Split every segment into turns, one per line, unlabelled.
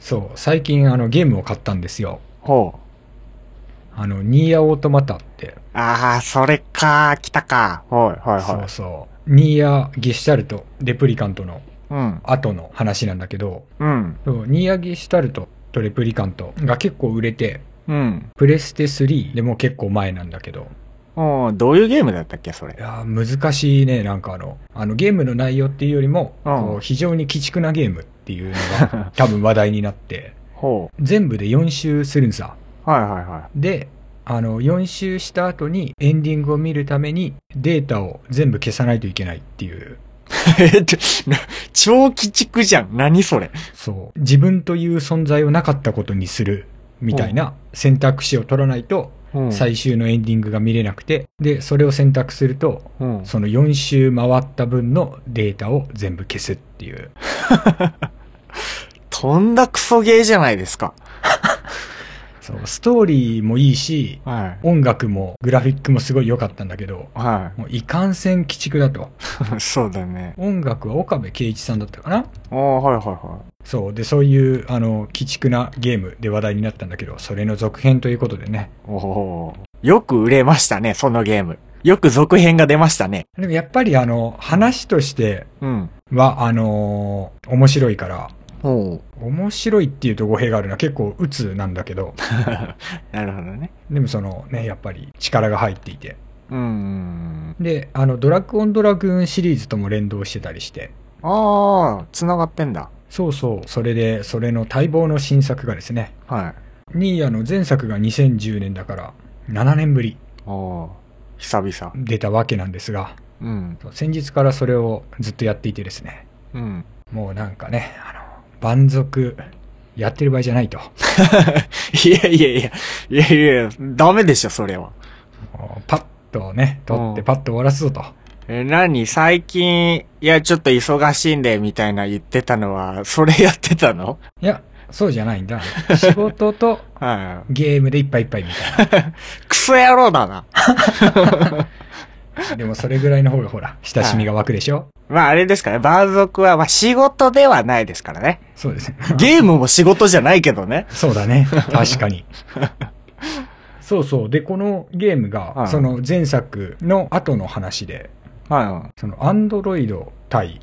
そう、最近あのゲームを買ったんですよ。
ほう。
あの、ニーヤオートマタって。
ああ、それか、来たか。はい、はい、
そ
は
うそう。ニーヤ・ゲシュタルト、レプリカントの
い。うん。
後の話なんだけど、
うん。
そうニーヤ・ゲシュタルトとレプリカントが結構売れて、
うん。
プレステ3でも結構前なんだけど、
うん。どういうゲームだったっけ、それ
い。やー難しいね、なんかあの、あのゲームの内容っていうよりも、
うん
こう非常に鬼畜なゲームっていうのが多分話題になって、
ほ
全部で4周するんさ。
う。はい、はい、は
で、あの、4周した後にエンディングを見るためにデータを全部消さないといけないっていう、
い。 え、ちょ、な超鬼畜じゃん。何それ。
そう、自分という存在をなかったことにするみたいな選択肢を取らないと、
うん
最終のエンディングが見れなくて、で、それを選択すると、
うん。
その4周回った分のデータを全部消すっていう。
とんだクソゲーじゃないですか。
そう、ストーリーもいいし、
はい。
音楽もグラフィックもすごい良かったんだけど、
は
もういかんせん鬼畜だと。
い。 そうだね。
音楽は岡部圭一さんだったかな
ああ、はい、はい、は
そう。で、そういう、あの、鬼畜なゲームで話題になったんだけど、それの続編ということでね。
い。おお。よく売れましたね、そのゲーム。よく続編が出ましたね。
でもやっぱり、あの、話として
うん。
は、あのー面白いから、
ほ
面白いっていうと語弊があるな。結構、鬱なんだけど、
う。なるほどね。
でもそのね、やっぱり力が入っていて。
うん。
で、あの、ドラッグオンドラグーンシリーズとも連動してたりして、
ああ、繋がってんだ。
そうそう、それで、それの待望の新作がですね、
はい。
ニーヤの前作が2010年だから、7年ぶり
おお。久々。
出たわけなんですが、
うん。
先日からそれをずっとやっていてですね、
うん。
もうなんかね、あの、万足、やってる場合じゃないと。
いやいやいや、いやいや、ダメでしょ、それは。
もうパッとね、取ってパッと終わらすぞと。
え、何最近、いや、ちょっと忙しいんで、みたいな言ってたのは、それやってたの
いや、そうじゃないんだ。仕事と
は
ゲームでいっぱいいっぱいみたい
い。クソ野郎だな。
な。でもそれぐらいの方がほら、親しみが湧くでしょ
まあ、あれですからね、バー族は、まあ、仕事ではないですからね。
そうですね。
ゲームも仕事じゃないけどね。
そうだね。確かに。そうそう。で、このゲーム
は
が、
い
その前作の後の話で、
は
そのアンドロイド対
い。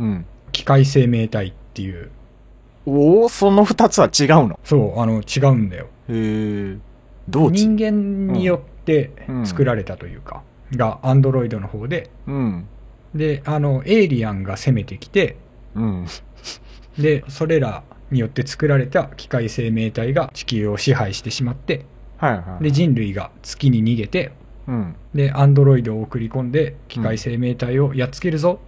うん。
機械生命体っていう、
おお、その二つは違うの
そう、あの、違うんだよ。
へえ。どうち
人間によって
うん
作られたというか、がアンドロイドの方で、
うん。
で、あの、エイリアンが攻めてきて、
うん。
で、それらによって作られた機械生命体が地球を支配してしまって、
はいはい。
で、人類が月に逃げて、
うん。
で、アンドロイドを送り込んで、機械生命体をやっつけるぞ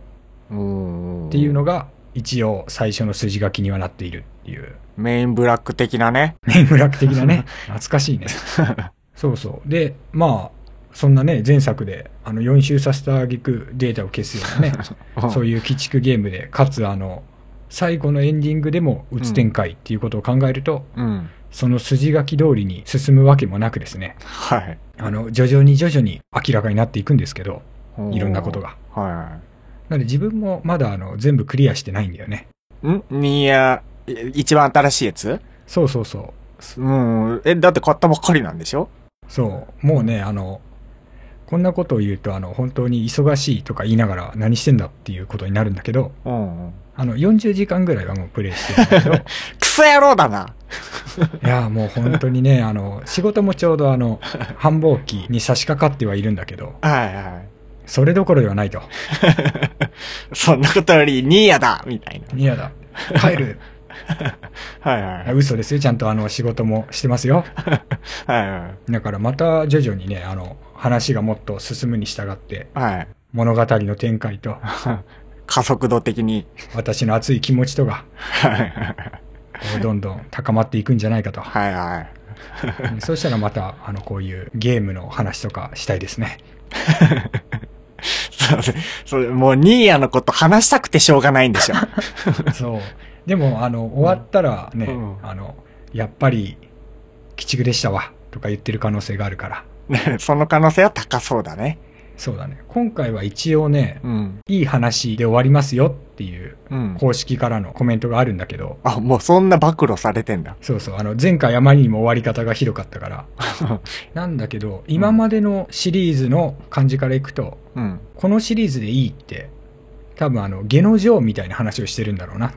おー
っていうのが、一応最初の筋書きにはなっているっていう、
メインブラック的なね。
ネームラック的なね、懐かしいね。 そうそう。で、まあ、そんなね、前作で、あの、4周させた挙句データを消すようなね、 そういう鬼畜ゲームで、かつ、あの、最後のエンディングでも、うつ展開っていうことを考えると、
うん。
その筋書き通りに進むわけもなくですね、
はい。
あの、徐々に徐々に明らかになっていくんですけど、いろんなことが。
は
なので自分もまだあの全部クリアしてないんだよね。
い。んニーヤ、え一番新しいやつ
そうそうそう。
うん。え、だって買ったばっかりなんでしょ
そう。もうね、あの、こんなことを言うと、あの、本当に忙しいとか言いながら何してんだっていうことになるんだけど、
うん。
あの、40時間ぐらいはもうプレイしてるんだけど、
クソ野郎だな。
いや、もう本当にね、あの、仕事もちょうどあの、繁忙期に差し掛かってはいるんだけど、
はいはい。
それどころではないと。
そんなことより、ニーヤだみたいな。
いやだ。帰る。
はいはい。
嘘ですよ。ちゃんとあの、仕事もしてますよ。
はいはい。
だからまた徐々にね、あの、話がもっと進むに従って、
はい。
物語の展開と、
加速度的に。
私の熱い気持ちとが、
はいはい
こうどんどん高まっていくんじゃないかと。
はいはい。
そうしたらまた、あの、こういうゲームの話とかしたいです ね。
そうそれそれ、もうニーヤのこと話したくてしょうがないんでしょ。
そう。でも、あの、終わったらね、
うん
あの、やっぱり、鬼畜でしたわ、とか言ってる可能性があるから。
ねその可能性は高そうだね。
そうだね。今回は一応ね、
うん。
いい話で終わりますよっていう
うん。
公式からのコメントがあるんだけど、
あ、もうそんな暴露されてんだ。
そうそう、あの、前回あまりにも終わり方がひどかった から。なんだけど、今までのシリーズの感じからいくと、
うん。
このシリーズでいいって、多分あの、下の女王みたいな話をしてるんだろうな。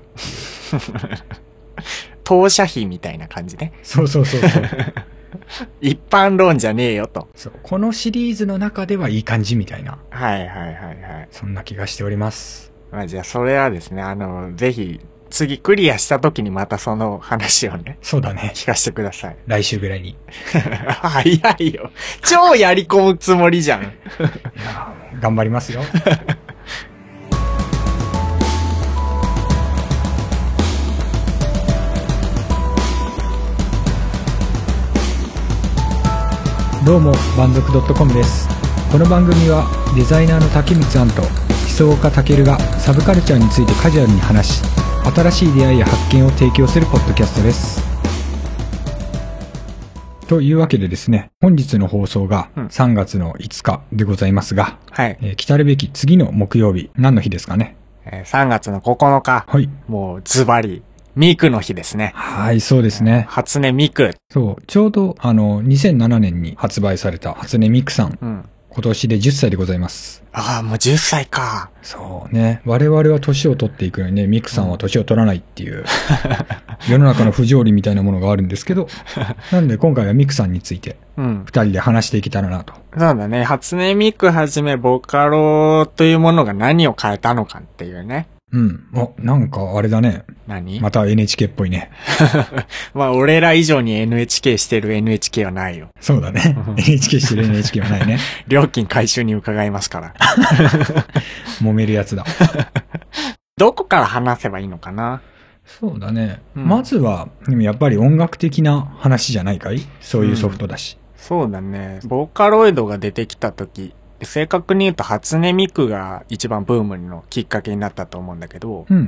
当社費みたいな感じね。
そうそうそうそう。
一般論じゃねえよと。
そうこのシリーズの中ではいい感じみたいな、
はいはいはいはい。
そんな気がしております。
まあじゃあそれはですね、あの、ぜひ、次クリアした時にまたその話をね、
そうだね。
聞かせてください。
来週ぐらいに。い
早いよ。超やり込むつもりじゃん。
やー頑張りますよ。 どうも、満足 .com です。この番組はデザイナーの竹光庵と思想家たけるがサブカルチャーについてカジュアルに話し、新しい出会いや発見を提供するポッドキャストです。というわけでですね、本日の放送が
うん
3月の5日でございますが、
はい。
えー来たるべき次の木曜日、何の日ですかね
えー3月の9日。
はい。
もうズバリ、ミクの日ですね。
はい、そうですね。
初音ミク。
そう、ちょうど、あの、2007年に発売された初音ミクさん、
うん。
今年で10歳でございます。
ああ、もう10歳か。
そうね。我々は年を取っていくのにね、ミクさんは年を取らないっていう、世の中の不条理みたいなものがあるんですけど、なんで今回はミクさんについて
うん。
二人で話していけたらなと。
そうだね。初音ミクはじめ、ボカロというものが何を変えたのかっていうね。
うん。お、なんかあれだね。
何
ま
ま
た NHK っぽいね。
あ、俺ら以上に NHK してる NHK はないよ。
そうだね。NHK してる NHK はないね。
料金回収に伺いますから。
揉めるやつだ。
どこから話せばいいのかな
そうだね。
うん
まずは、でもやっぱり音楽的な話じゃないかいそういうソフトだし。
そうだね。ボーカロイドが出てきた時、正確に言うと初音ミクが一番ブームのきっかけになったと思うんだけど、
うん。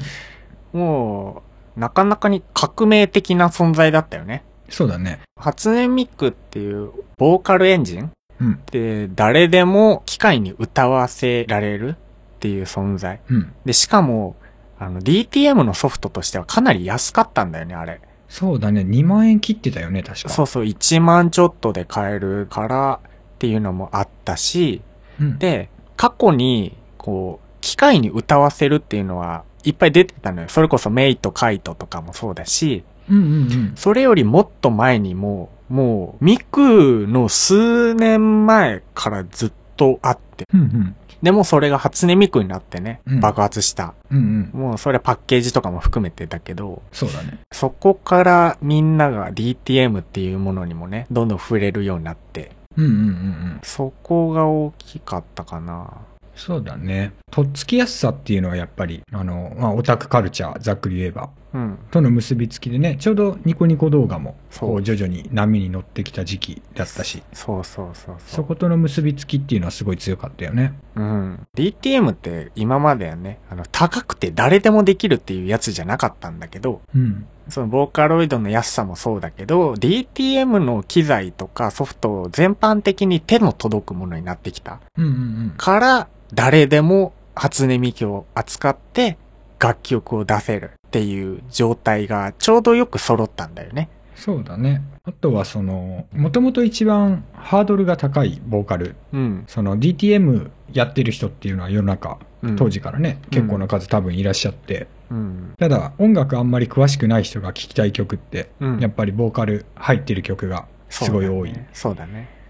もう、なかなかに革命的な存在だったよね。
そうだね。
初音ミクっていうボーカルエンジン
うん。
で、誰でも機械に歌わせられるっていう存在。
うん。
で、しかも、あの、DTM のソフトとしてはかなり安かったんだよね、あれ。
そうだね。2万円切ってたよね、確か。
そうそう、1万ちょっとで買えるからっていうのもあったし、
うん。
で、過去に、こう、機械に歌わせるっていうのは、いっぱい出てたのよ。それこそメイト、カイトとかもそうだし、
うんうんうん。
それよりもっと前にも、もう、ミクの数年前からずっとあって、
うんうん。
でもそれが初音ミクになってね
うん、
爆発した。
うんうん。
もうそれパッケージとかも含めてだけど、
そうだね。
そこからみんなが DTM っていうものにもね、どんどん触れるようになって、
うんうんうんうん。
そこが大きかったかな。
そうだね。とっつきやすさっていうのはやっぱり、あの、まあ、オタクカルチャー、ざっくり言えば、
うん。
との結びつきでね、ちょうどニコニコ動画も、
そう
こう徐々に波に乗ってきた時期だったし、
そうそうそうそ。
そうことの結びつきっていうのはすごい強かったよね。
うん。DTM って今まではね、あの、高くて誰でもできるっていうやつじゃなかったんだけど、
うん。
そのボーカロイドの安さもそうだけど、DTM の機材とかソフトを全般的に手の届くものになってきた。
うんうんうん。
から、誰でも初音ミクを扱って楽曲を出せるっていう状態がちょうどよく揃ったんだよね。
そうだね。あとはその、もともと一番ハードルが高いボーカル、
うん。
その DTM やってる人っていうのは世の中、
うん
当時。からね、結構な数多分いらっしゃって、
うん。
ただ音楽あんまり詳しくない人が聴きたい曲って、
うん
やっぱりボーカル入ってる曲がすごい多い。そう,、
そうだね。そうだね。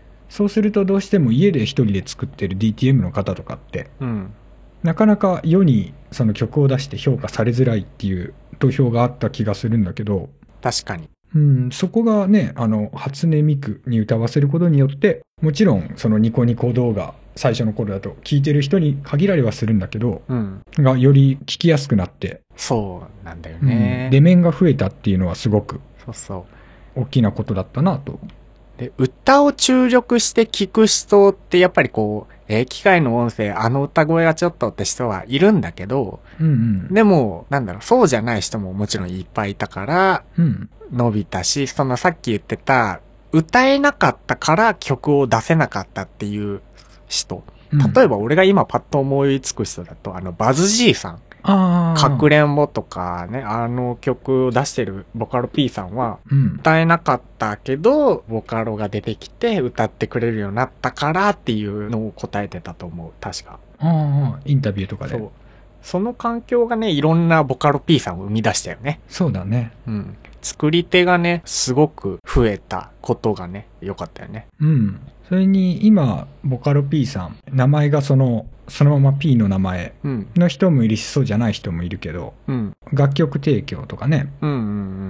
するとどうしても家で一人で作ってる DTM の方とかって、
うん。
なかなか世にその曲を出して評価されづらいっていう投票があった気がするんだけど、
確かに。
うん、そこがね、あの、初音ミクに歌わせることによって、もちろん、そのニコニコ動画、最初の頃だと聞いてる人に限られはするんだけど、
うん。
がより聞きやすくなって、
そうなんだよ
う
ね
ん。出面が増えたっていうのはすごく
そうそう。
大きなことだったなと。
で、歌を注力して聞く人ってやっぱりこう、えー機械の音声、あの歌声がちょっとって人はいるんだけど、
うんうん。
でも、なんだろう、そうじゃない人ももちろんいっぱいいたから、
うん。
伸びたし、そのさっき言ってた、歌えなかったから曲を出せなかったっていう人
うん
例えば俺が今パッと思いつく人だと、あの、バズ G さん、
ああ。
かくれんぼとかね、あの曲を出してるボカロ P さんは、
うん。
歌えなかったけど、ボカロが出てきて歌ってくれるようになったからっていうのを答えてたと思う、確か。
ああ、インタビューとかで。
そ
そう
う。その環境がね、いろんなボカロ P さんを生み出したよね。
だね。
うん。作り手がね、すごく増えたことがね、良かったよね。
うん。それに、今、ボカロ P さん、名前がその、そのまま P の名前
うん。
の人もいるし、そうじゃない人もいるけど、
うん。
楽曲提供とかね、
うんう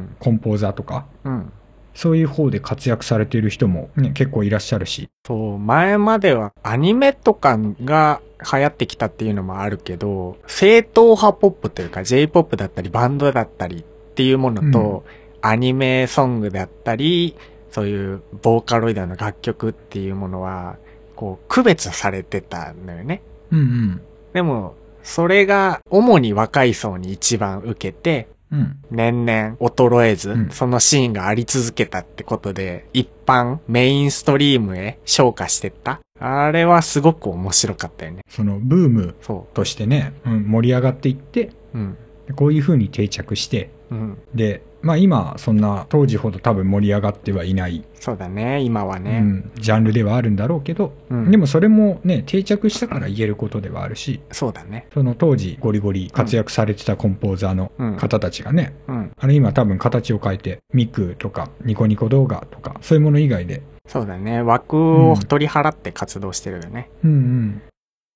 ん
コンポーザーとか、
うん。うん。
そういう方で活躍されている人も、ね、結構いらっしゃるし。
そう、前まではアニメとかが流行ってきたっていうのもあるけど、正統派ポップというか J-POP だったりバンドだったりっていうものと、アニメソングだったり、そういうボーカロイドの楽曲っていうものは、こう、区別されてたのよね。
うん
でも、それが主に若い層に一番受けて、
うん。うん。
年々衰えず、
うん
そのシーンがあり続けたってことで、一般、メインストリームへ昇華してった。あれはすごく面白かったよね。
その、ブーム
そ
としてね、うん、盛り上がっていって、
う。うん。
こういう風に定着して、
うん。
で、まあ今、そんな当時ほど多分盛り上がってはいない、
そうだね、今は
う
ね。
ん、ジャンルではあるんだろうけど、
うん。
でもそれもね、定着したから言えることではあるし、
そうだね。
その当時ゴリゴリ活躍されてたコンポーザーの
うん。
方たちがね、
うん。
あれ今多分形を変えて、ミクとかニコニコ動画とか、そういうもの以外で、
そうだね。枠を取り払って活動してるよね。
うんうん。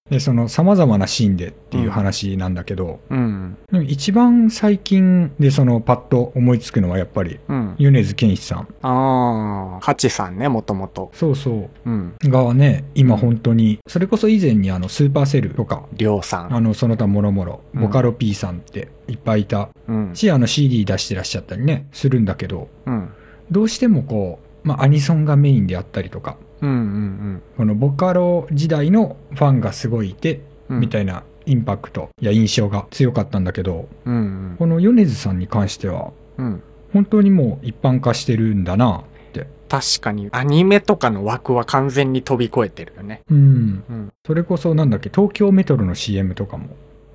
で、その様々なシーンでっていう話なんだけど、
うん。
でも一番最近でそのパッと思いつくのはやっぱり、
うん。
米津玄師さん。
ああ、ハチさんね、もともと。
そうそう。
うん。
がね、今本当に、それこそ以前にあの、スーパーセルとか、
りょうさん。
あの、その他もろもろ、
うん
ボカロ P さんっていっぱいいた
うん。
し、あの CD 出してらっしゃったりね、するんだけど、
うん。
どうしてもこう、まあ、アニソンがメインであったりとか、
うんうん
このボカロ時代のファンがすごいいて、
うん。
みた
い。
いなインパクトや印象が強かったんだけど、
うん
この米津さんに関しては、
うん。うん。
本当にもう一般化してるんだなって。
確かにアニメとかの枠は完全に飛び越えてるよね。
うん。
うん。
それこそなんだっけ、東京メトロの CM とかも、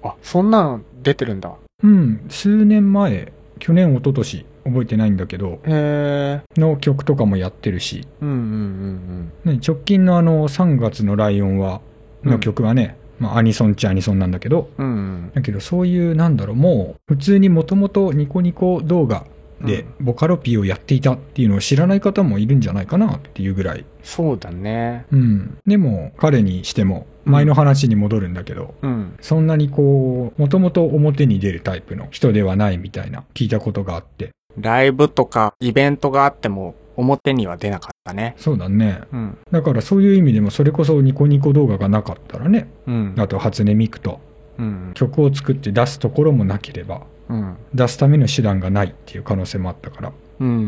あ、そんなの出てるんだ。
うん、数年前、去年、一昨年覚えてないんだけど、
へえ。
の曲とかもやってるし、
うんうんうん
ね、直近のあの、3月のライオンは、
うん
の曲はね、まあ、アニソンっちゃアニソンなんだけど、
うん。うんうん。
だけどそういう、なんだろう、もう、普通にもともとニコニコ動画で、ボカロ P をやっていたっていうのを知らない方もいるんじゃないかなっていうぐらい。
そうだね。
うん。でも、彼にしても、前の話に戻るんだけど、
うん。
そんなにこう、もともと表に出るタイプの人ではないみたいな聞いたことがあって。
ライブとかイベントがあっても表には出なかったね。
そうだね。
うん。
だからそういう意味でもそれこそニコニコ動画がなかったらね、
うん。
あと初音ミクと
うん。
曲を作って出すところもなければ、
うん。
出すための手段がないっていう可能性もあったから、
うんうん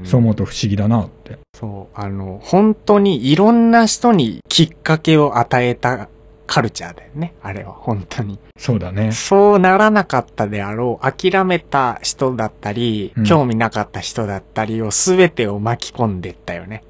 うん。
そう思うと不思議だなって。
そう。あの、本当にいろんな人にきっかけを与えたカルチャーだよね。あれは本当に。
そうだね。
そうならなかったであろう、諦めた人だったり、
うん
興味なかった人だったりを全てを巻き込んでったよね。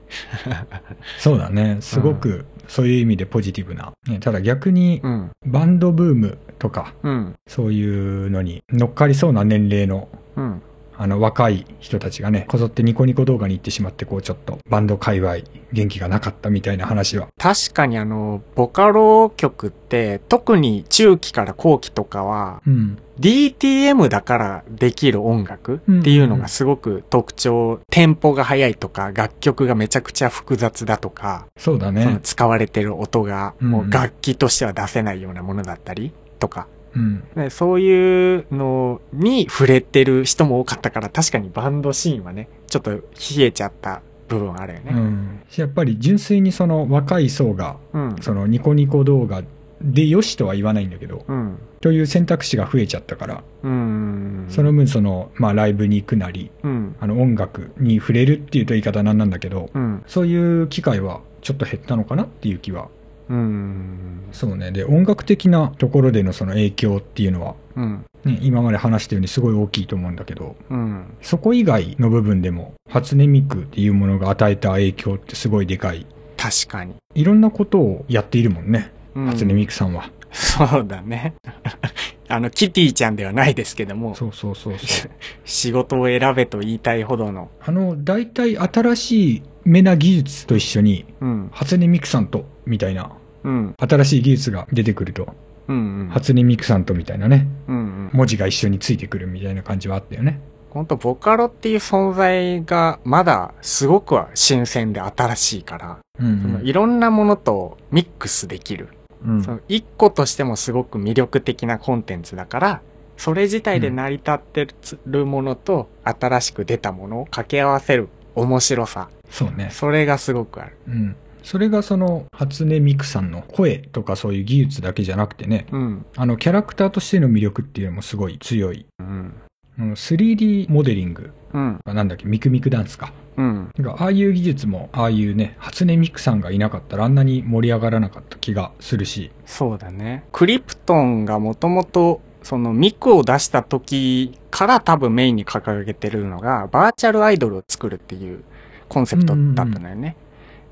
そうだね。すごくそういう意味でポジティブな。ねただ逆に
うん。
バンドブームとか、
うん。
そういうのに乗っかりそうな年齢の
うん。
あの若い人たちがね、こぞってニコニコ動画に行ってしまって、こうちょっとバンド界隈元気がなかったみたいな話は。
確かにあの、ボカロ曲って、特に中期から後期とかは、
うん。
DTM だからできる音楽
うん
っていうのがすごく特徴、テンポが速いとか、楽曲がめちゃくちゃ複雑だとか、
そうだ
その
ね。
使われてる音がも
うんう
うん楽器としては出せないようなものだったりとか、
うん。
ね、そういうのに触れてる人も多かったから、確かにバンドシーンはね、ちょっと冷えちゃった部分あるよ
う
ね。
ん。やっぱり純粋にその若い層が、
うん。
そのニコニコ動画でよしとは言わないんだけど、
うん。
という選択肢が増えちゃったから、
うん。
その分その、まあライブに行くなり、
うん。
あの音楽に触れるっていうと言い方なんなんだけど、
うん。
そういう機会はちょっと減ったのかなっていう気は。
うん。
そうね。で、音楽的なところでのその影響っていうのは、
うん。
ね、今まで話したようにすごい大きいと思うんだけど、
うん。
そこ以外の部分でも、初音ミクっていうものが与えた影響ってすごいでかい
確かに。
いろんなことをやっているもんね。
うん
初音ミクさんは。
そうだね。 あの、キティちゃんではないですけども、
そうそうそうそう。
仕事を選べと言いたいほどの、
あの、大体新しい目な技術と一緒に、
うん、
初音ミクさんと、みたいな、
うん、
新しい技術が出てくると、
うん、うん、
初音ミクさんとみたいなね、
うん、うん。
文字が一緒についてくるみたいな感じはあったよね。
本当ボカロっていう存在がまだすごくは新鮮で新しいから、
うん
そのいろんなものとミックスできる。
うん。うん
その一個としてもすごく魅力的なコンテンツだから、それ自体で成り立ってるものと新しく出たものを掛け合わせる面白さ。
そうね。
それがすごくある。
うん。それがその、初音ミクさんの声とかそういう技術だけじゃなくてね、
うん。
あの、キャラクターとしての魅力っていうのもすごい強い。
うん。
あの 3D モデリング、
うん。
なんだっけ、ミクミクダンスか。
うん。
なんかああいう技術も、ああいうね、初音ミクさんがいなかったらあんなに盛り上がらなかった気がするし、
そうだね。クリプトンがもともと、そのミクを出した時から多分メインに掲げてるのが、バーチャルアイドルを作るっていうコンセプトだったんだよね。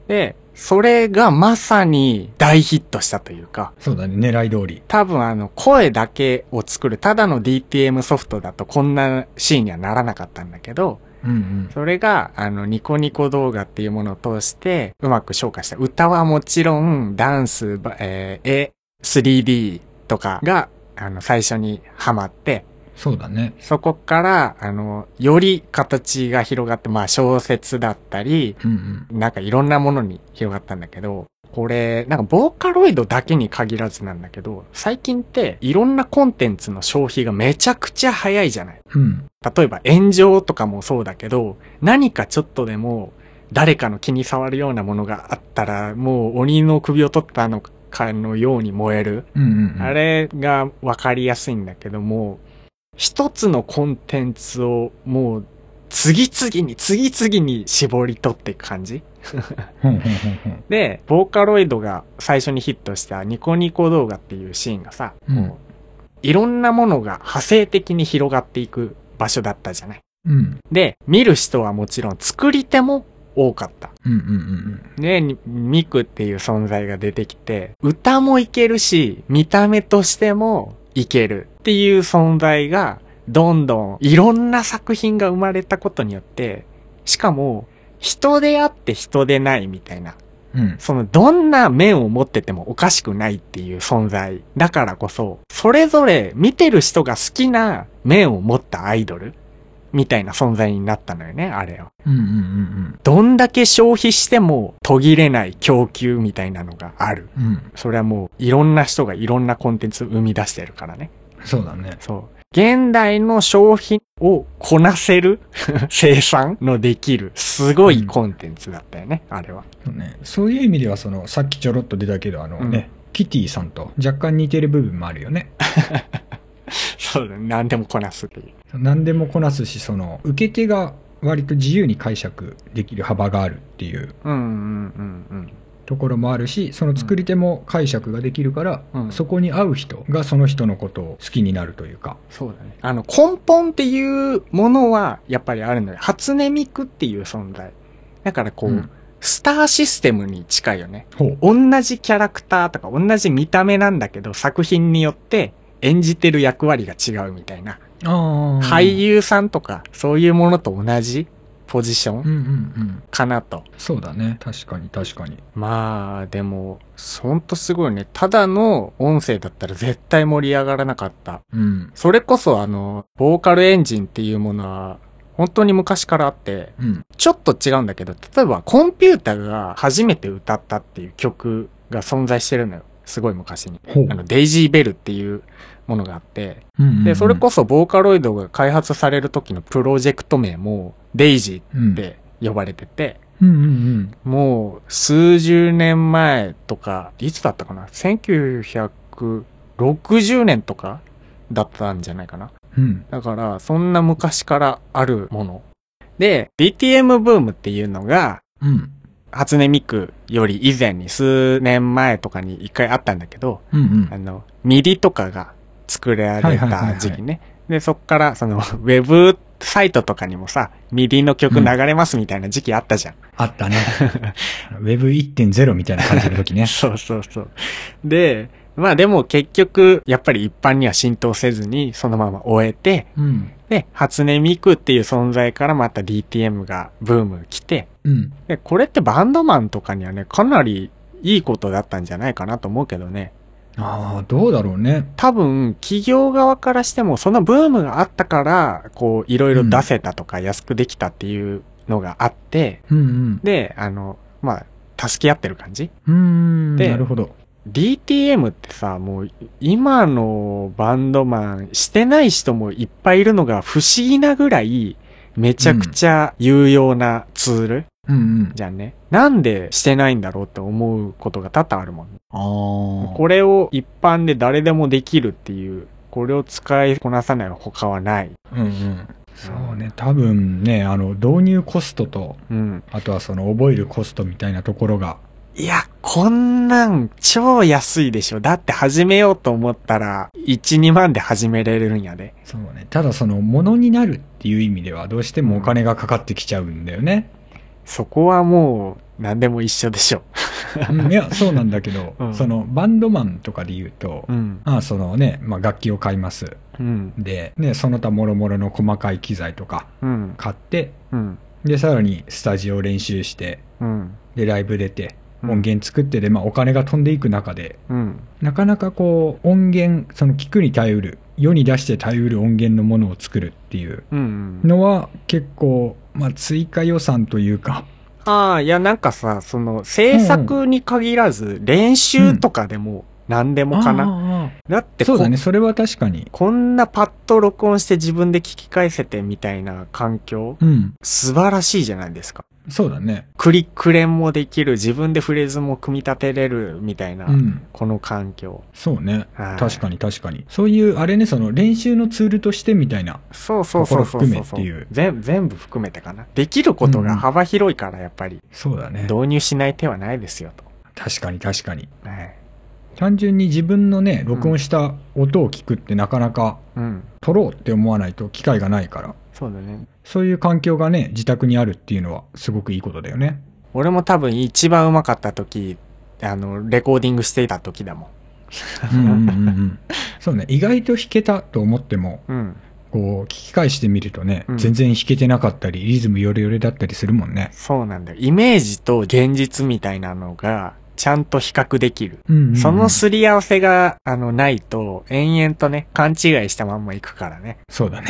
で、それがまさに大ヒットしたというか、
そうだね、狙い通り。
多分あの、声だけを作る、ただの DTM ソフトだとこんなシーンにはならなかったんだけど、
うんうん。
それが、あの、ニコニコ動画っていうものを通して、うまく消化した。歌はもちろん、ダンス、ばえー絵、3D とかが、あの、最初にハマって、
そうだね。
そこから、あの、より形が広がって、まあ、小説だったり、
うんうん。
なんかいろんなものに広がったんだけど、これ、なんかボーカロイドだけに限らずなんだけど、最近っていろんなコンテンツの消費がめちゃくちゃ早いじゃない
うん。
例えば炎上とかもそうだけど、何かちょっとでも誰かの気に障るようなものがあったら、もう鬼の首を取ったのかのように燃える。
うんうん、うん。
あれがわかりやすいんだけども、一つのコンテンツをもう次々に次々に絞り取っていく感じ
ほんほんほんほん。
で、ボーカロイドが最初にヒットしたニコニコ動画っていうシーンがさ、
うん
こういろんなものが派生的に広がっていく場所だったじゃない。
うん。
で、見る人はもちろん作り手も多かった。
うんうんうん
で、にミクっていう存在が出てきて、歌もいけるし、見た目としてもいけるっていう存在が、どんどんいろんな作品が生まれたことによって、しかも、人であって人でないみたいな。
うん。うん。
そのどんな面を持っててもおかしくないっていう存在だからこそ、それぞれ見てる人が好きな面を持ったアイドルみたいな存在になったのよね、あれは。
うんうんうん
どんだけ消費しても途切れない供給みたいなのがある。
うん。うん。
それはもういろんな人がいろんなコンテンツを生み出してるからね。
そうだね。
そう。現代の消費をこなせる 生産のできるすごいコンテンツだったよね、あれは。
そうねそういう意味では、その、さっきちょろっと出たけど、あのね、キティさんと若干似てる部分もあるよね。
そうだね。何でもこなすっていう。
何でもこなすし、その、受け手が割と自由に解釈できる幅があるっていう
うんうんうん
ところもあるし、その作り手も解釈ができるから、
うん。うん、
そこに合う人がその人のことを好きになるというか。
そうだね。あの、根本っていうものは、やっぱりあるのよ。初音ミクっていう存在。だからこう、
うん
スターシステムに近いよね。
ほう。
同じキャラクターとか同じ見た目なんだけど、作品によって演じてる役割が違うみたいな。
ああ。
俳。優さんとか、そういうものと同じポジショ
うん
ン
うんうん。
かなと。
そうだね。確かに確かに。
まあ、でも、ほんとすごいね。ただの音声だったら絶対盛り上がらなかった
うん。
それこそあの、ボーカルエンジンっていうものは、本当に昔からあって、
うん。
ちょっと違うんだけど、例えばコンピューターが初めて歌ったっていう曲が存在してるのよ。すごい昔に。
ほう
あ。の、デイジーベルっていうものがあって、
うんうんうん
で、それこそボーカロイドが開発される時のプロジェクト名も、デイジ
う
ー
ん
って呼ばれてて、
うんうんうん。
もう数十年前とか、いつだったかな ?1960 年とかだったんじゃないかな
うん。
だから、そんな昔からあるもの。で、DTM ブームっていうのが、
うん。
初音ミクより以前に数年前とかに一回あったんだけど、
うんうん
あの、ミリとかが作
は
ら
い
れ
はいはいは
た
い
時期ね。で、そっから、その、ウェブサイトとかにもさ、ミディの曲流れますみたいな時期あったじゃん。
あった ね。Web1.0 みたいな感じの時ね。
そうそうそう。で、まあでも結局、やっぱり一般には浸透せずに、そのまま終えて、
うん。
で、初音ミクっていう存在からまた DTM がブーム来て、
うん。
で、これってバンドマンとかにはね、かなりいいことだったんじゃないかなと思うけどね。
ああ、どうだろうね。
多分、企業側からしても、そのブームがあったから、こう、いろいろ出せたとか、安くできたっていうのがあって、
うんうん。
で、あの、まあ、助け合ってる感じ
うーん。
で
なるほど。
?DTM ってさ、もう、今のバンドマン、してない人もいっぱいいるのが不思議なぐらい、めちゃくちゃ有用なツール
うんうん。
じゃんね。なんでしてないんだろうって思うことが多々あるもん。
ああ
これを一般で誰でもできるっていう、これを使いこなさない他はない。
うんうん。そうね、多分ね、あの、導入コストと、
うん。
あとはその覚えるコストみたいなところが、
いや、こんなん超安いでしょ。だって始めようと思ったら、1、2万で始めれるんやで。
そうね、ただその、ものになるっていう意味では、どうしてもお金がかかってきちゃうんだよ ね。
そこはもう、何でも一緒でしょ。
うんいや、そうなんだけど、
うん
その、バンドマンとかで言うと、
うん。
まあそのね、まあ楽器を買います。
うん。
で、ね、その他諸々の細かい機材とか
うん。
買って、
うん。
で、さらにスタジオ練習して、
うん。
で、ライブ出て、音源作ってで、まあお金が飛んでいく中で、
うん。
なかなかこう音源その聞くに耐えうる世に出して耐えうる音源のものを作るっていう
うん。うん。
のは結構、まあ、追加予算というか
ああ、いや、なんかさ、その、制作に限らず、練習とかでも、何でもかな。
な
だってこ、
そうだねそれは確かに
こんなパッと録音して自分で聞き返せてみたいな環境、
うん
素晴らしいじゃないですか。
そうだね
クリック連もできる、自分でフレーズも組み立てれるみたいな、
うん
この環境。
そうね
はい
確かに確かにそういうあれねその練習のツールとしてみたいな
そうそうそうそう
ところ
そう
含めっていう
全。全部含めてかな。できることが幅広いから、やっぱり、
そうだね
導入しない手はないですよ、
確かに確かに
と。はい。
単純に自分のね録音した音を聞くってなかなか
うん。
撮ろうって思わないと機会がないから
そうだね。
そういう環境がね、自宅にあるっていうのはすごくいいことだよ ね。
俺も多分一番うまかった時、あの、レコーディングしていた時だも
うんうんうんうん。そうね、意外と弾けたと思っても、
ん。うん。
こう、聞き返してみるとね、
うん
全然弾けてなかったり、リズムヨレヨレだったりするもんね。
そうなんだよ。イメージと現実みたいなのが、ちゃんと比較できる。
うんうんうん
そのすり合わせが、あの、ないと、延々とね、勘違いしたまんまいくからね。
そうだね。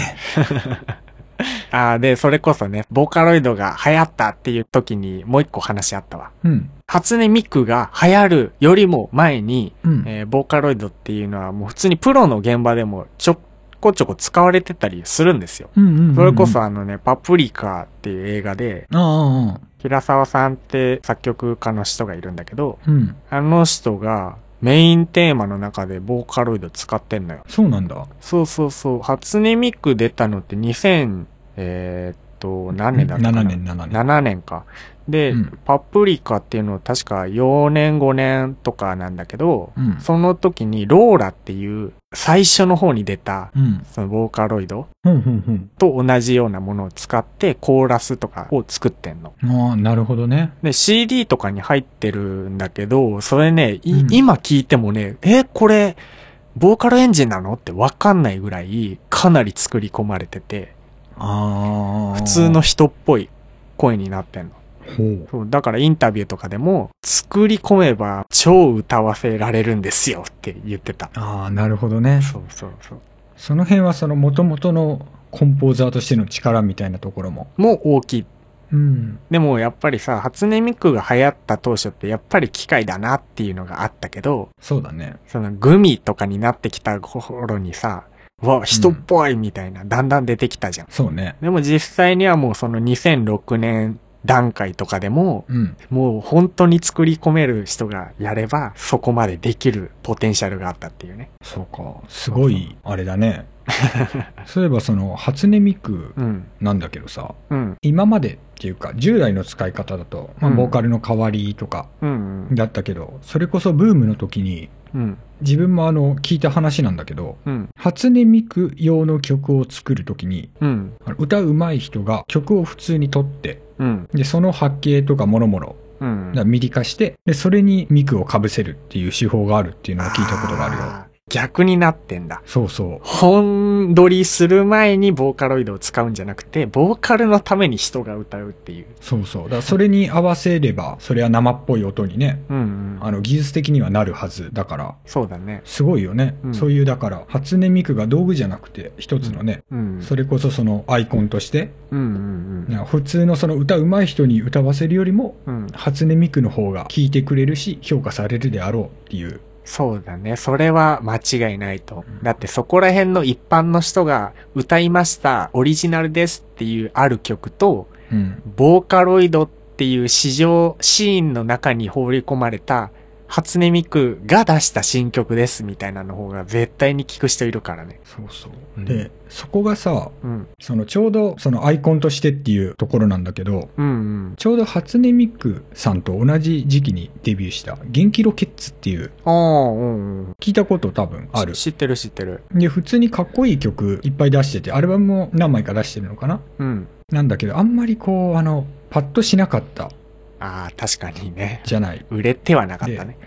ああ、で、それこそね、ボーカロイドが流行ったっていう時に、もう一個話あったわ。
うん。
初音ミクが流行るよりも前に、
うん。
えーボーカロイドっていうのはもう普通にプロの現場でもちょこちょこ使われてたりするんですよ。
うんうんうんうん
それこそ。あのね、パプリカっていう映画で、
ああああ、
平沢さんって作曲家の人がいるんだけど、
うん。
あの人がメインテーマの中でボーカロイド使ってんのよ。
そうなんだ。
そうそうそう。初音ミク出たのって2000、えーっと、何年だったかな
7年、7年。
7年か。で、
うん
パプリカっていうの確か4年5年とかなんだけど、
うん。
その時にローラっていう最初の方に出た、
うん。
そのボーカロイド
うん、うん、
と同じようなものを使ってコーラスとかを作ってんの。
うん。ああ、なるほどね。
で、CD とかに入ってるんだけど、それね、い
うん
今聞いてもね、え、これ、ボーカルエンジンなのってわかんないぐらい、かなり作り込まれてて、
ああ。
普通の。人っぽい声になってんの。
ほう。
そう、だからインタビューとかでも、作り込めば超歌わせられるんですよって言ってた。
ああ、なるほどね。
そうそうそう。
その辺はその元々のコンポーザーとしての力みたいなところも。
もう大きい。
うん。
でもやっぱりさ、初音ミクが流行った当初ってやっぱり機械だなっていうのがあったけど、
そうだね。
そのグミとかになってきた頃にさ、うわ、人っぽいみたいな、だんだん出てきたじゃん。
そうね。
でも実際にはもうその2006年段階とかでも、
うん。
もう本当に作り込める人がやれば、そこまでできるポテンシャルがあったっていうね。
そうか。すごい、あれだ ね。そういえばその、初音ミク
うん。
なんだけどさ、
うん。
今までっていうか、従来の使い方だと、まあ、
うん
ボーカルの代わりとか
うん。
だったけど、それこそブームの時に、
うん。
自分もあの、聞いた話なんだけど、
うん。
初音ミク用の曲を作るときに、
うん。
あの歌うまい人が曲を普通に撮って、
うん。
で、その波形とかもろもろ、
うん。
ミリ化して、で、それにミクを被せるっていう手法があるっていうのを聞いたことがあるよ。
あー。逆になってんだ。
そうそう。
本撮りする前にボーカロイドを使うんじゃなくて、ボーカルのために人が歌うっていう。
そうそう。だからそれに合わせれば、それは生っぽい音にね、
うん、
あの、技術的にはなるはずだから、
そうだね。
すごいよね。
うん
そういう、だから、初音ミクが道具じゃなくて、一つのね、
うん。
それこそそのアイコンとして、
うんうんうん。
な普通のその歌うまい人に歌わせるよりも、
うん。
初音ミクの方が聞いてくれるし、評価されるであろうっていう。
そうだね。それは間違いないと
うん。
だってそこら辺の一般の人が歌いました、オリジナルですっていうある曲と、
うん。
ボーカロイドっていう市場、シーンの中に放り込まれた、初音ミクが出した新曲ですみたいなの方が絶対に聞く人いるからね。
そうそうう。
ん
で、そこがさ、
うん。
そのちょうどそのアイコンとしてっていうところなんだけど、
うんうん。
ちょうど初音ミクさんと同じ時期にデビューした、元気ロケッツっていう、
ああ、うんうん。
聞いたこと多分ある。
知ってる知ってる。
で、普通にかっこいい曲いっぱい出してて、アルバムも何枚か出してるのかな
うん。
なんだけど、あんまりこう、あの、パッとしなかった
ああ、確かにね。
じゃない。
売れてはなかったね。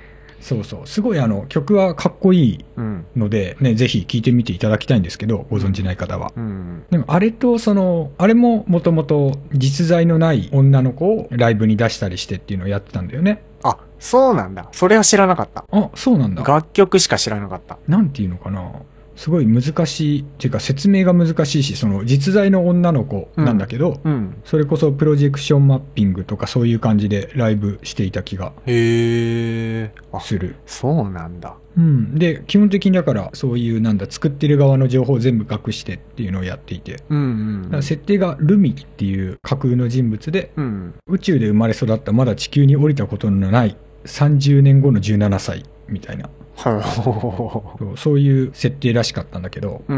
そうそう。すごいあの、曲はかっこいい
うん。
ので、ね、ぜひ聴いてみていただきたいんですけど、ご存知ない方は。
うん。
でも、あれと、その、あれももともと実在のない女の子をライブに出したりしてっていうのをやってたんだよね。
あ、そうなんだ。それは知らなかった。
あ、そうなんだ。
楽曲しか知らなかった。
なんていうのかな。すごい難しい、っていうか説明が難しいし、その実在の女の子なんだけど、
うん。
それこそプロジェクションマッピングとかそういう感じでライブしていた気が
へえ。あ、
する。
そうなんだ。
うん。で、基本的にだからそういうなんだ、作ってる側の情報を全部隠してっていうのをやっていて。
うん
だか
うん
ら。設定がルミっていう架空の人物で、
うん。
宇宙で生まれ育ったまだ地球に降りたことのない30年後の17歳みたいな、
は
そうそういう設定らしかったんだけど、
うん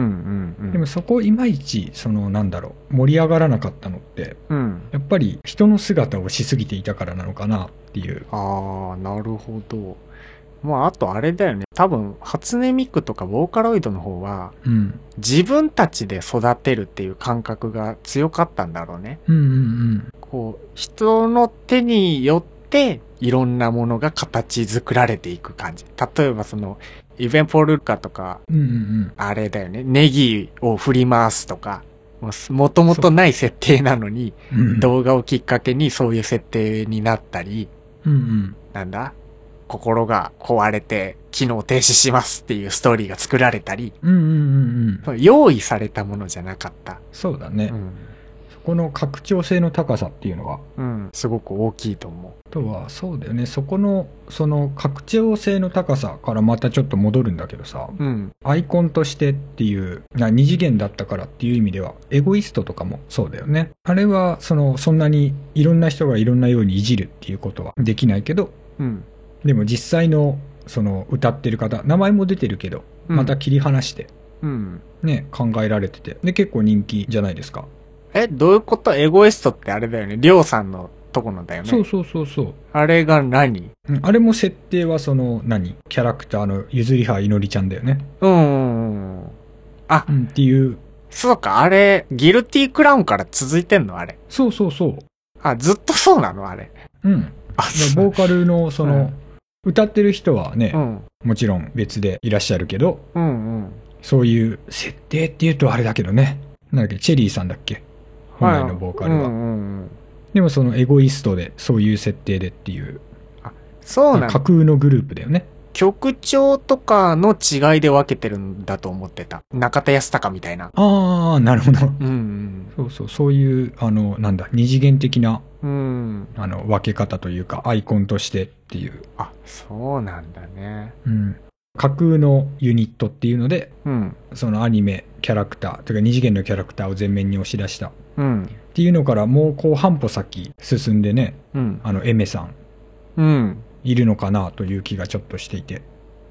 うんうん。
でもそこいまいち、そのなんだろう、盛り上がらなかったのって、
うん。
やっぱり人の姿をしすぎていたからなのかなっていう。
ああ、なるほど。まあ、あとあれだよね。多分、初音ミクとかボーカロイドの方は、
うん。
自分たちで育てるっていう感覚が強かったんだろうね。
うんうん
こう、人の手によって、いろんなものが形作られていく感じ。例えばその、イベンポルカとか、
うん。うんうん
あれだよね、ネギを振り回すとか、もうすもともとない設定なのに、
うん。うん
動画をきっかけにそういう設定になったり、
うんうん。
なんだ心が壊れて、機能停止しますっていうストーリーが作られたり、
うんうんうんうん。
用意されたものじゃなかった。
そうだね。
うん。
そこの拡張性の高さっていうのは、
うん。すごく大きいと思
あとはそうだよね。そこの、その拡張性の高さからまたちょっと戻るんだけどさ、
う。うん。
アイコンとしてっていう、な二次元だったからっていう意味では、エゴイストとかもそうだよね。あれは、その、そんなにいろんな人がいろんなようにいじるっていうことはできないけど、
うん。
でも実際の、その、歌ってる方、名前も出てるけど、
うん
また切り離して、
うん。
ね、考えられてて。で、結構人気じゃないですか。
え、どういうことエゴイストってあれだよね。りょうさんのとこのだよね。
そうそうそうそう。
あれが何
うんあれも設定はその、何キャラクターのゆずりはいのりちゃんだよね。
うんうん。あ
う、ん、っていう。
そうか、あれ、ギルティクラウンから続いてんのあれ。
そうそうそう。
あ、ずっとそうなのあれ。
うん。
あ、
でボーカルのその、
うん
歌ってる人はね、
うん。
もちろん別でいらっしゃるけど、
うんうん。
そういう設定っていうとあれだけどね。なんだっけ、チェリーさんだっけ本来のボーカルは。
うんうんうん、
でもそのエゴイストで、そういう設定でっていう、
そうな
架
の
空のグループだよね。
曲調とかの違いで分けてるんだと思ってた。中田康隆みたいな。
あー、なるほど。
うん
そうそう、そういう、あの、なんだ、二次元的な、
うん。うん。
あの、分け方というか、アイコンとしてっていう、
あ、そうなんだね。
うん。架空のユニットっていうので、
うん。
そのアニメ、キャラクター、というか二次元のキャラクターを前面に押し出した
うん。
っていうのからもうこう半歩先進んでね、
うん。
あの、エメさん
うん。
いるのかなという気がちょっとしていて。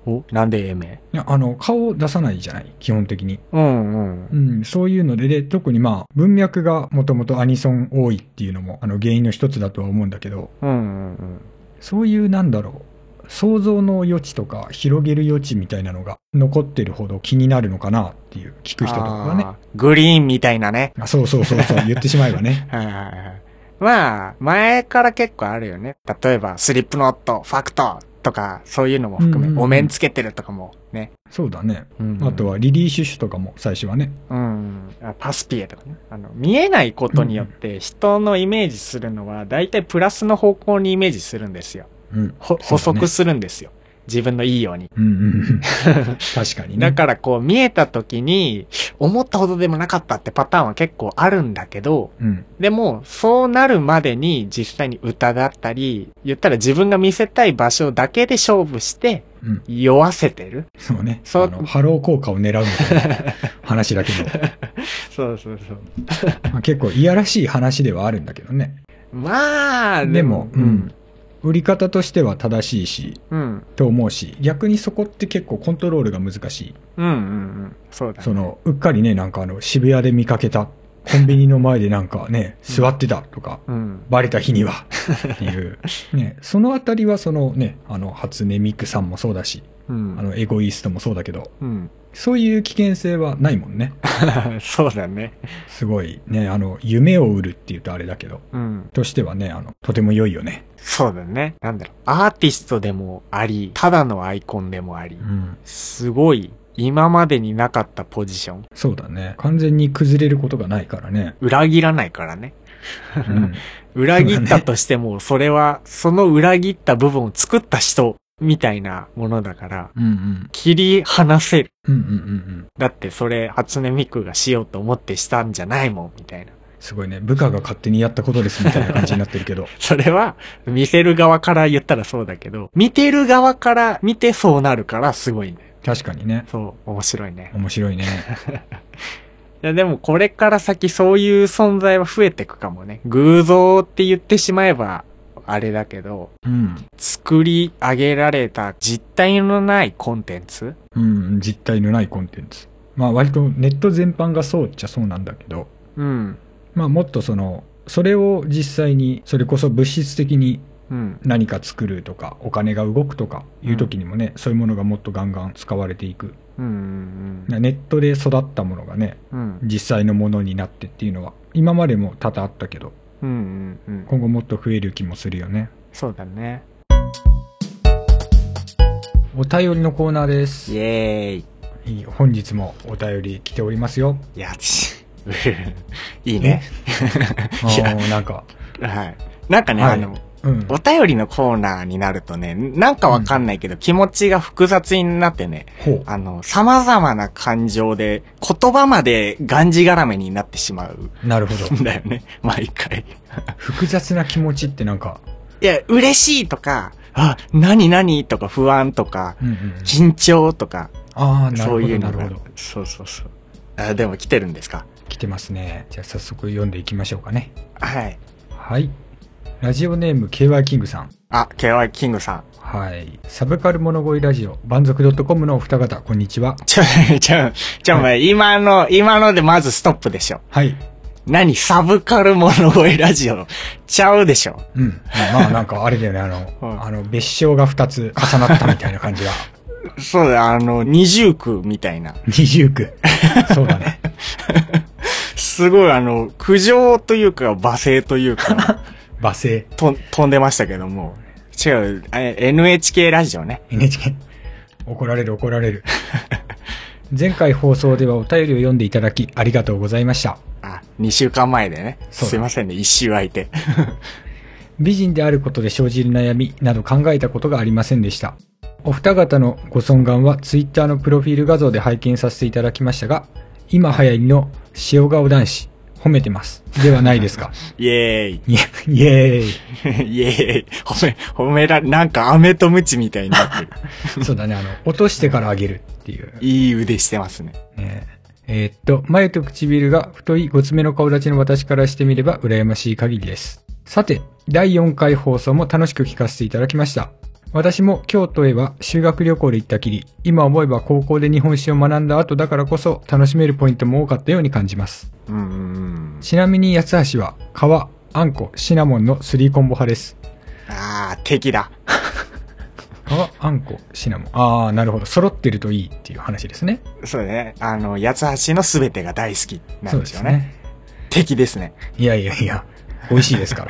お、なんで A 名
いやあの、顔を出さないじゃない基本的に。
うんうん。
うん、そういうので、で、特にまあ、文脈がもともとアニソン多いっていうのも、あの、原因の一つだとは思うんだけど、
うんうんうん。
そういうなんだろう、想像の余地とか広げる余地みたいなのが残ってるほど気になるのかなっていう聞く人とかはね
あー。グリーンみたいなね。
あそうそうそうそう、言ってしまえば ね。
はいはいはい。まあ、前から結構あるよね。例えば、スリップノット、ファクトとか、そういうのも含め、
うんうんうん
お面つけてるとかもね。
そうだね。
うん
あとはリリー・シュシュとかも最初はね。
うん。あパスピエとかね。あの、見えないことによって、人のイメージするのは、大体プラスの方向にイメージするんですよ。
うん。
ほ
そ
補
うだね
足するんですよ。自分のいいように。
うんうんうん。確かにね。
だからこう見えた時に思ったほどでもなかったってパターンは結構あるんだけど、
うん。
でもそうなるまでに実際に歌だったり、言ったら自分が見せたい場所だけで勝負して
うん。
酔わせてる。
そうね。
そう
あのハロー効果を狙うみたいな話だけ ど、
そうそうそう。
まあ結構いやらしい話ではあるんだけどね。
まあ、
でも、う
うんん。。
売り方としては正しいし、
うん。
と思うし、逆にそこって結構コントロールが難しい。
うんうんうん。そうだね。
その、うっかりね、なんかあの、渋谷で見かけた、コンビニの前でなんかね、
うん
座ってたとか、
うん。
バレた日に は、っていう。ね、そのあたりはそのね、あの、初音ミクさんもそうだし、
うん。
あの、エゴイストもそうだけど、
うん。
そういう危険性はないもんね。
そうだね。
すごいね、あの、夢を売るっていうとあれだけど、
うん。
としてはね、あの、とても良いよね。
そうだね。なんだろう。アーティストでもあり、ただのアイコンでもあり
う。ん。
すごい、今までになかったポジション。
そうだね。完全に崩れることがないからね。
裏切らないからね。
うん。
裏切ったとしても、それは、その裏切った部分を作った人、みたいなものだから、
うんうん。
切り離せる。
うんうんうんうん。
だってそれ、初音ミクがしようと思ってしたんじゃないもん、みたいな。
すごいね。部下が勝手にやったことですみたいな感じになってるけど。
それは、見せる側から言ったらそうだけど、見てる側から見てそうなるから、すごいね。
確かにね。
そう、面白いね。
面白いね。
いやでもこれから先そういう存在は増えていくかもね。偶像って言ってしまえば、あれだけど、
うん。
作り上げられた実体のないコンテンツ
うん。実体のないコンテンツ。まあ割とネット全般がそうっちゃそうなんだけど、
うん。
まあもっとその、それを実際に、それこそ物質的に
うん。
何か作るとか、お金が動くとかいう時にもね、そういうものがもっとガンガン使われていく。
うんうん
ネットで育ったものがね、
うん。うん。
実際のものになってっていうのは、今までも多々あったけど、
うんうんうん。
今後もっと増える気もするよね。
そうだね。
お便りのコーナーです
イ。エーイ。
いい本日もお便り来ておりますよ。
いや、ちいいね。い
あ
や、
ーなんか、
はい。なんかね、
はい
あの、
うん。
お便りのコーナーになるとね、なんかわかんないけど、気持ちが複雑になってね、
ほう。
あの、様々な感情で、言葉までがんじがらめになってしまう
なるほど。
んだよね。毎回。
複雑な気持ちってなんか、
いや、嬉しいとか、あ、何何とか不安とか、
うんうんうん
緊張とか、
ああ、なる
そ
ほ
うい
ど、
う
なる
のが
ほど。。
そうそうそう。あ、でも来てるんですか
来てますね。じゃあ早速読んでいきましょうかね。
はい。
はい。ラジオネーム KY キングさん。
あ、KY キングさん。
はい。サブカル物乞いラジオ、満足 .com のお二方、こんにちは。
ちょ、ちょ、ちょ、お前、今の、今のでまずストップでしょ。
はい。
何サブカルモノ声ラジオちゃうでしょ。
うん。まあなんかあれだよね、あ
はい
の、あの、別称が二つ重なったみたいな感じが。
そうだ、あの、二重苦みたいな。
二重苦。 そうだね。
すごい、あの、苦情というか、罵声とい うか、
罵声。
とん飛んでましたけども。違う、え NHK ラジオね。
NHK。怒られる怒られ る。前回放送ではお便りを読んでいただきありがとうございました。
あ、2週間前でね。
そうだ
すいませんね、1週空 いて。
美人であることで生じる悩みなど考えたことがありませんでした。お二方のご尊顔は Twitter のプロフィール画像で拝見させていただきましたが、今流行りの塩顔男子、褒めてます。ではないですか。
イエーイ。
いやイエー
イエーイ。褒め、褒めら、なんか飴とムチみたいにな ってる。
イ。そうだね、あの、落としてからあげるっていう。
いい腕してますね。
ねええーっと、眉と唇が太いごつめの顔立ちの私からしてみれば羨ましい限りです。さて、第4回放送も楽しく聞かせていただきました。私も京都へは修学旅行で行ったきり、今思えば高校で日本史を学んだ後だからこそ楽しめるポイントも多かったように感じます。
うんうんうん。
ちなみに八橋は皮、あんこ、シナモンの3コンボ派です。
あー、敵だ。
皮、あ、あんこ、シナモン。ああ、なるほど。揃ってるといいっていう話ですね。
そうね。あの、八つ橋のすべてが大好きなんですよね。
ね。
敵ですね。
いやいやいや、美味しいですか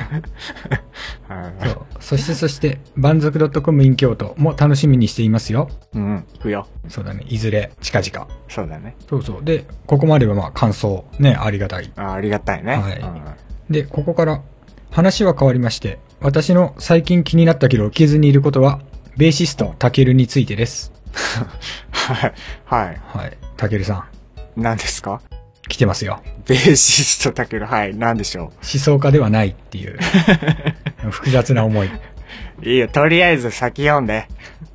ら。
う
そう。そしてそして、満足 .com in 京都も楽しみにしていますよ。
ん。うん。行くよ。
そうだね。いずれ、近々。
そうだね。
そうそう。で、ここまではまあ感想、ね、ありがたい。
あありがたいね。
はい
うん
で、ここから、話は変わりまして、私の最近気になったけど聞けずにいることは、ベーシスト、タケルについてです。
はい。はい。
はい。タケルさん、
何ですか
来てますよ。
ベーシストたける。はい。何でしょ
思想家ではないっていう、複雑な思い。
う。いいよ。とりあえず先読んで。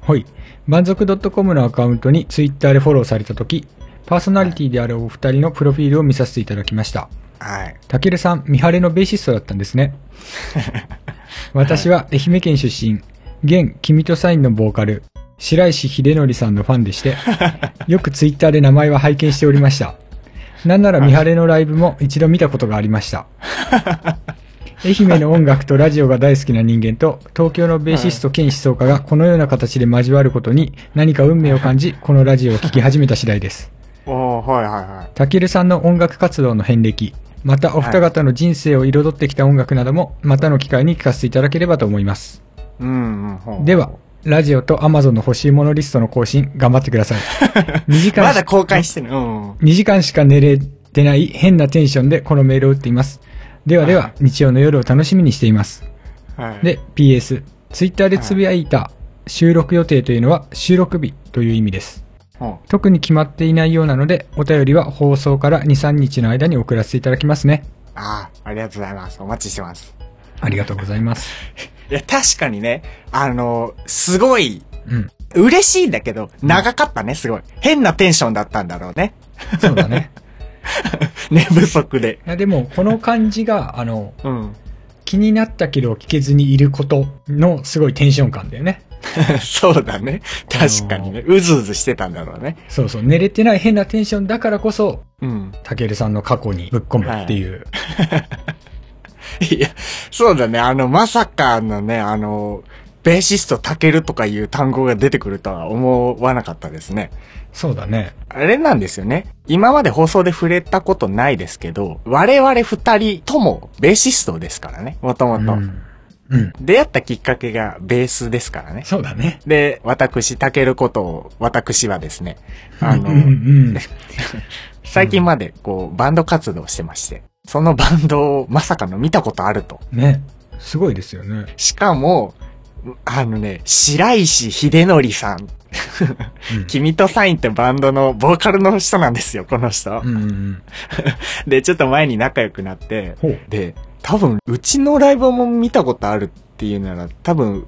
はい。満足 .com のアカウントにツイッターでフォローされたとき、パーソナリティであるお二人のプロフィールを見させていただきました。
はい。
たけるさん、見晴れのベーシストだったんですね。私は愛媛県出身、現、君とサインのボーカル、白石秀則さんのファンでして、よくツイッターで名前は拝見しておりました。なんなら見晴れのライブも一度見たことがありました。愛媛の音楽とラジオが大好きな人間と、東京のベーシスト兼思想家がこのような形で交わることに何か運命を感じ、このラジオを聴き始めた次第です。
おー、はいはいはい。
たけるさんの音楽活動の遍歴、またお二方の人生を彩ってきた音楽なども、またの機会に聞かせていただければと思います。
うんうんほう。
では、ラジオと Amazon の欲しいものリストの更新、頑張ってく ださい。2時間
ま
し
だ公開してる。うん。
2時間しか寝れてない変なテンションでこのメールを打っています。ではでは、日曜の夜を楽しみにしています。
はい、
で、PS、Twitter でつぶやいた収録予定というのは収録日という意味です。
ほ
特に決まっていないようなので、お便りは放送から2、3日の間に送らせていただきますね。
う。ああ、ありがとうございます。お待ちしてます。
ありがとうございます。
いや、確かにね、あの、すごい、
うん。
嬉しいんだけど、長かったね、すごい。変なテンションだったんだろうね。
そうだね。
寝不足で。
いやでも、この感じが、あの、
うん。
気になったけど聞けずにいることのすごいテンション感だよね。
そうだね。確かにね。うずうずしてたんだろうね。
そうそう。寝れてない変なテンションだからこそ、
うん。
たけるさんの過去にぶっ込むっていう。
いや、そうだね。あの、まさかのね、あの、ベーシストタケルとかいう単語が出てくるとは思わなかったですね。
そうだね。
あれなんですよね。今まで放送で触れたことないですけど、我々二人ともベーシストですからね。もと
う
もと。
ん。うん。
出会ったきっかけがベースですからね。
そうだね。
で、私、タケルことを、私はですね、あの
うん、うん
最近までこう、バンド活動をしてまして、そのバンドをまさかの見たことあると。
うん。ね。すごいですよね。
しかも、あのね、白石秀則さん。
うん
君とサインってバンドのボーカルの人なんですよ、この人。
うんうんうん。
で、ちょっと前に仲良くなって、
ほう。
で、多分、うちのライブも見たことあるっていうなら、多分、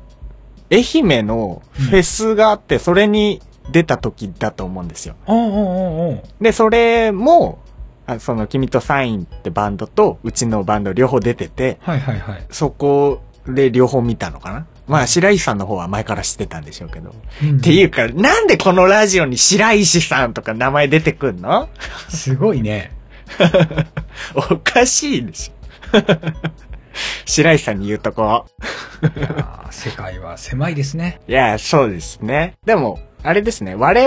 愛媛のフェスがあって、それに出た時だと思うんですよ。
ああ、ああ、ああ。
で、それも、あその、君とサインってバンドと、うちのバンド両方出てて、
はいはいはい。
そこで両方見たのかなまあ、白石さんの方は前から知ってたんでしょうけど。
っ
っていう。か、なんでこのラジオに白石さんとか名前出てくんの
すごいね。
おかしいでしょ。 白石さんに言うとこ。
いやー世界は狭いですね。
いや、そうですね。でも、あれですね。我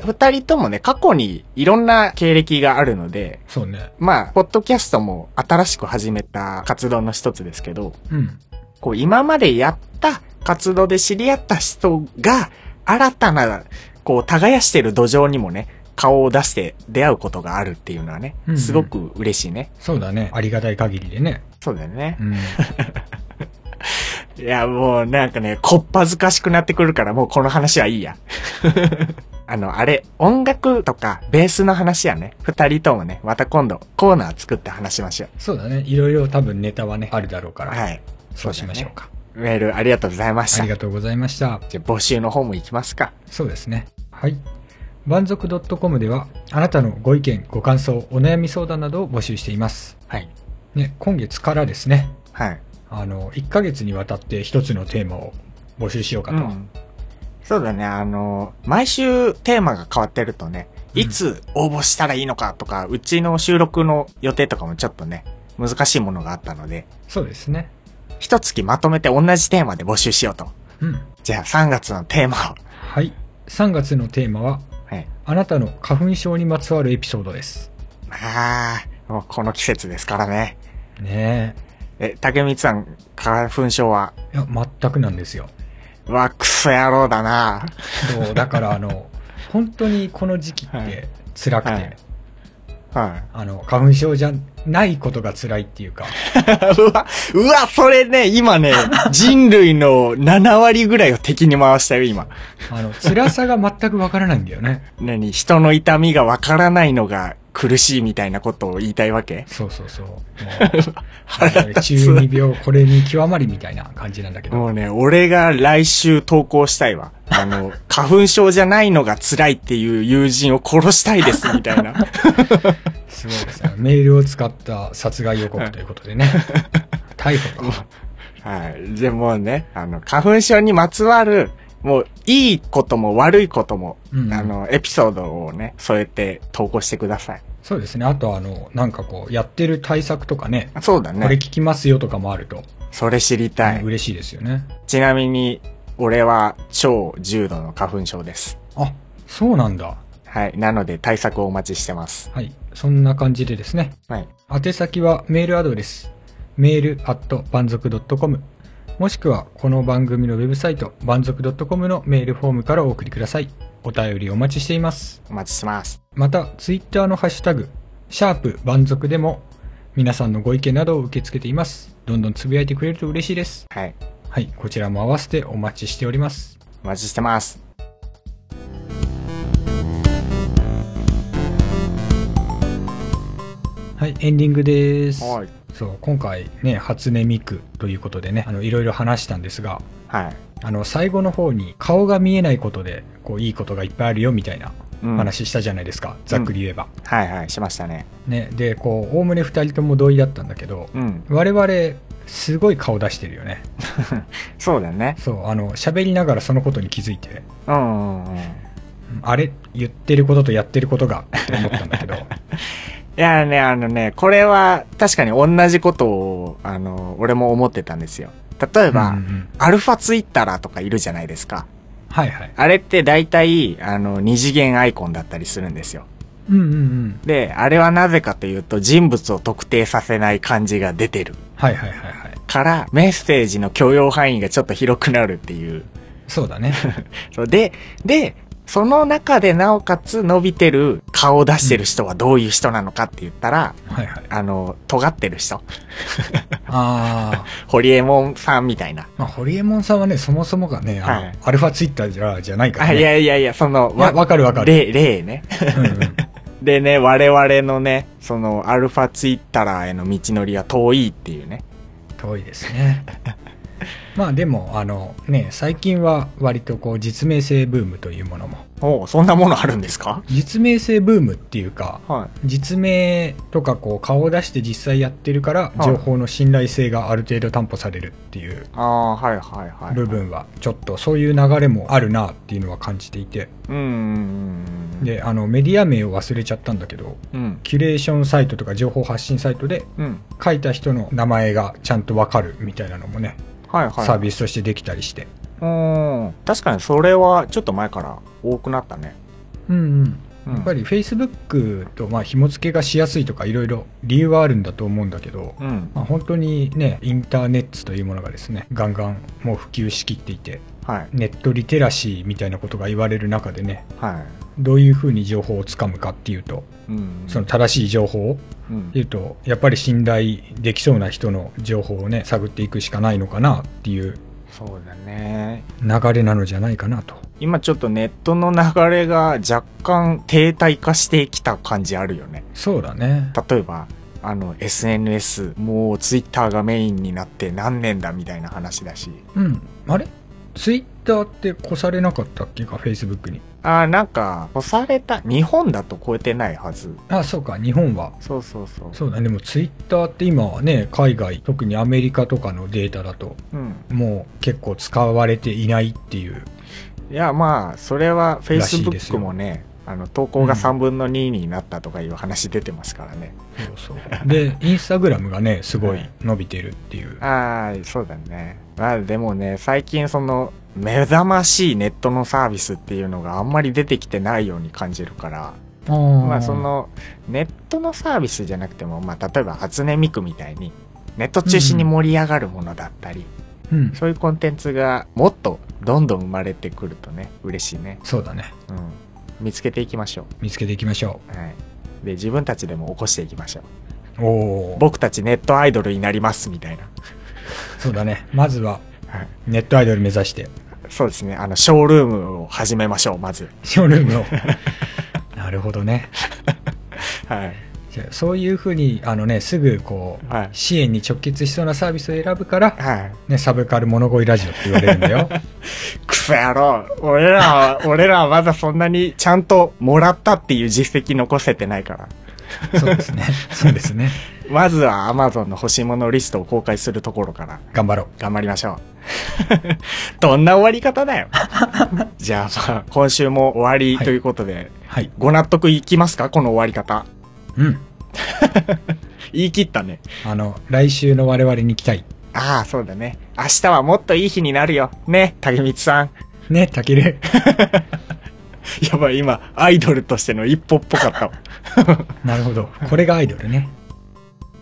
々二人ともね、過去にいろんな経歴があるので、
そうね。
まあ、ポッドキャストも新しく始めた活動の一つですけど、
うん。
こう、今までやった活動で知り合った人が、新たな、こう、耕してる土壌にもね、顔を出して出会うことがあるっていうのはね
うんう、ん
すごく嬉しいね。
そうだね。ありがたい限りでね。
そうだよね
う。ん。
いや、もうなんかね、こっぱずかしくなってくるから、もうこの話はい いや。あの、あれ、音楽とか、ベースの話やね。二人ともね、また今度、コーナー作って話しましょう。
そうだね。いろいろ多分ネタはね、あるだろうから。
はい。
そうしましょうか。
メールありがとうございまし
あ
た
り。がとうございました。
じゃあ募集の方も行きますか。
そうですね。はい。満足 .com では、あなたのご意見、ご感想、お悩み相談などを募集しています。
はい。
ね、今月からですね、
はい。
あの、1ヶ月にわたって一つのテーマを募集しようかと。
うんそうだね、あの、毎週テーマが変わってるとね、
うん
いつ応募したらいいのかとか、うちの収録の予定とかもちょっとね、難しいものがあったので、
そうですね。
一月まとめて同じテーマで募集しようと。
うん。
じゃあ3月のテーマを。
はい。3月のテーマは、
はい。
あなたの花粉症にまつわるエピソードです。
ああ、もうこの季節ですからね。
ね
え、竹光さん、花粉症は、
え。いや、全くなんですよ。
わ、クソ野郎だな。
そう、だからあの、本当にこの時期っ
はい
て辛くて、
はいはい。
あの、花粉症じゃないことが辛いっていうか、
うわ、うわ、それね、今 ね、人類の7割ぐらいを敵に回したよ、今。
あの、辛さが全くわからないんだよね。
何人の痛みがわからないのが苦しいみたいなことを言いたいわけ
そうそうそう。もう
腹立つ
中二病、これに極まりみたいな感じなんだけど。
もうね、俺が来週投稿したいわ。あの、 花粉症じゃないのが辛いっていう友人を殺したいです、みたいな。
すごいですね。メールを使った殺害予告ということでね。 逮捕か。
はい。でもうね、あの、花粉症にまつわる、もう、いいことも悪いことも、
うん
あの、エピソードをね、添えて投稿してください。
そうですね。あとあの、なんかこう、やってる対策とかね、
そうだね。
これ聞きますよとかもあると、
それ知りたい。
嬉しいですよね。
ちなみに、俺は超重度の花粉症です。
あ、そうなんだ。
はい。なので対策をお待ちしてます。
はい。そんな感じでですね。
はい。
宛先はメールアドレス、メールアット満足 .com、もしくはこの番組のウェブサイト、満足 .com のメールフォームからお送りください。お便りお待ちしています。
お待ちしてます。
また、ツイッターのハッシュタグ、シャープ満足でも、皆さんのご意見などを受け付けています。どんどんつぶやいてくれると嬉しいです。
はい。
はい、こちらも合わせてお待ちしております。
お待ちしてます。
はい、エンディングです。
はい。
そう、今回ね、初音ミクということでね、あの、いろいろ話したんですが、
はい。
あの最後の方に顔が見えないことでこういいことがいっぱいあるよみたいな
うん。
話したじゃないですか、ざっくり言えば。
はいはい。しましたね。
ね、でこうおおむね2人とも同意だったんだけど
うん。
我々すごい顔出してるよね
そうだね。
そうあの喋りながらそのことに気づいて
うんうんうん。い
あれ言ってることとやってることがって思ったん だけど
やね、あのね、これは確かに同じことを、あの、俺も思ってたんですよ。例えば、
うんうん
アルファツイッターとかいるじゃないですか。
はいはい
あれって大体、あの、二次元アイコンだったりするんですよ。
うんうんうん
で、あれはなぜかというと人物を特定させない感じが出てる
はいはいはいはい
からメッセージの許容範囲がちょっと広くなるっていう。
そう だね
そうで、で、その中でなおかつ伸びてる顔を出してる人はどういう人なのかって言ったら、
はいはい
あの、尖ってる人。
あ
ホリエモンさんみたいな。
ー、まあホリエモンさんはねそもそもがねあの、
はい
アルファツイッターじゃじゃないから、
あ
ね、
いやいやいや、その、
いやわかるわかる、
例、例ね。
うんうん
でね、我々のね、その、アルファツイッターへの道のりは遠いっていうね。
遠いですね まあでもあのね最近は割とこう実名性ブームというものも
おうそんなものあるんですか
実名性ブームっていうか
は
実名とかこう顔を出して実際やってるから
はい
情報の信頼性がある程度担保されるっていう
い。ああ、はいはいはい。
部分はちょっとそういう流れもあるなっていうのは感じていて
うんうん。
であのメディア名を忘れちゃったんだけど
うん。
キュレーションサイトとか情報発信サイトで
うん。
書いた人の名前がちゃんとわかるみたいなのもね
はいはい。
サービスとしてできたりして
うん。確かにそれはちょっと前から多くなったね。
うんうん
うん、
やっぱ
り。
り Facebook とまあ紐付けがしやすいとかいろいろ理由はあるんだと思うんだけど、
うん。
まあ、本当にねインターネットというものがですねガンガンもう普及しきっていて
はい。
ネットリテラシーみたいなことが言われる中でね
は
どういうふうに情報をつかむかっていうと
い。うん。
その、正しい情報を
うん
言うとやっぱり信頼できそうな人の情報をね探っていくしかないのかなっていう
そうだね。
流れなのじゃないかなと。
今ちょっとネットの流れが若干停滞化してきた感じあるよね。
そうだね。
例えば、あの、SNS、もうツイッターがメインになって何年だみたいな話だし。
うん。あれ ?Twitter って越されなかったっけか ?Facebook に。
ああ、なんか、干された、日本だと超えてないはず。
あそうか日本は
そうそうそう。
そうだねでもツイッターって今はね海外特にアメリカとかのデータだと
うん。
もう結構使われていないっていう
いや、まあ、それは
らしいです
Facebook
よ
もね、あの、投稿が
うん
3分の2になったとかいう話出てますからね。
そうそうでインスタグラムがねすご
はい
い伸びてるっていう
ああ、そうだね。まあ、でもね、最近その、目覚ましいネットのサービスっていうのがあんまり出てきてないように感じるから、まあそ、のネットのサービスじゃなくても、まあ例えば初音ミクみたいにネット中心に盛り上がるものだったり、
うん、
そういうコンテンツがもっとどんどん生まれてくるとね、嬉しいね。
そうだね。
うん。見つけていきましょ
見つけていきましょ
う。はい。で、自分たちでも起こしていきましょう。
う。おお、
僕たちネットアイドルになりますみたいな。
そうだね。まずは
はい。
ネットアイドル目指して、
そうですね。あの、ショールームを始めましょう、まず。
ショールー ムを。なるほどね。
はい。
じゃあそういうふうに、あのね、すぐこう、
はい。
支援に直結しそうなサービスを選ぶから、
はい。
ね、サブカル物乞いラジオって言われるんだよ。
くそ野郎俺らは、俺らはまだそんなにちゃんともらったっていう実績残せてないから。
そうですね。そうですね。
まずは Amazon の欲しいものリストを公開するところから
頑張ろう。
頑張りましょう。 どんな終わり方だよ。じゃあまあ、今週も終わりということで、
はい。
ご納得いきますかこの終わり方。
うん。
言い切ったね。
あの、来週の我々に期待。
ああ、そうだね。明日はもっといい日になるよ。ね、竹光さん。
ね、たける。
やばい、今、アイドルとしての一歩っぽかったわ。
なるほど。これがアイドルね。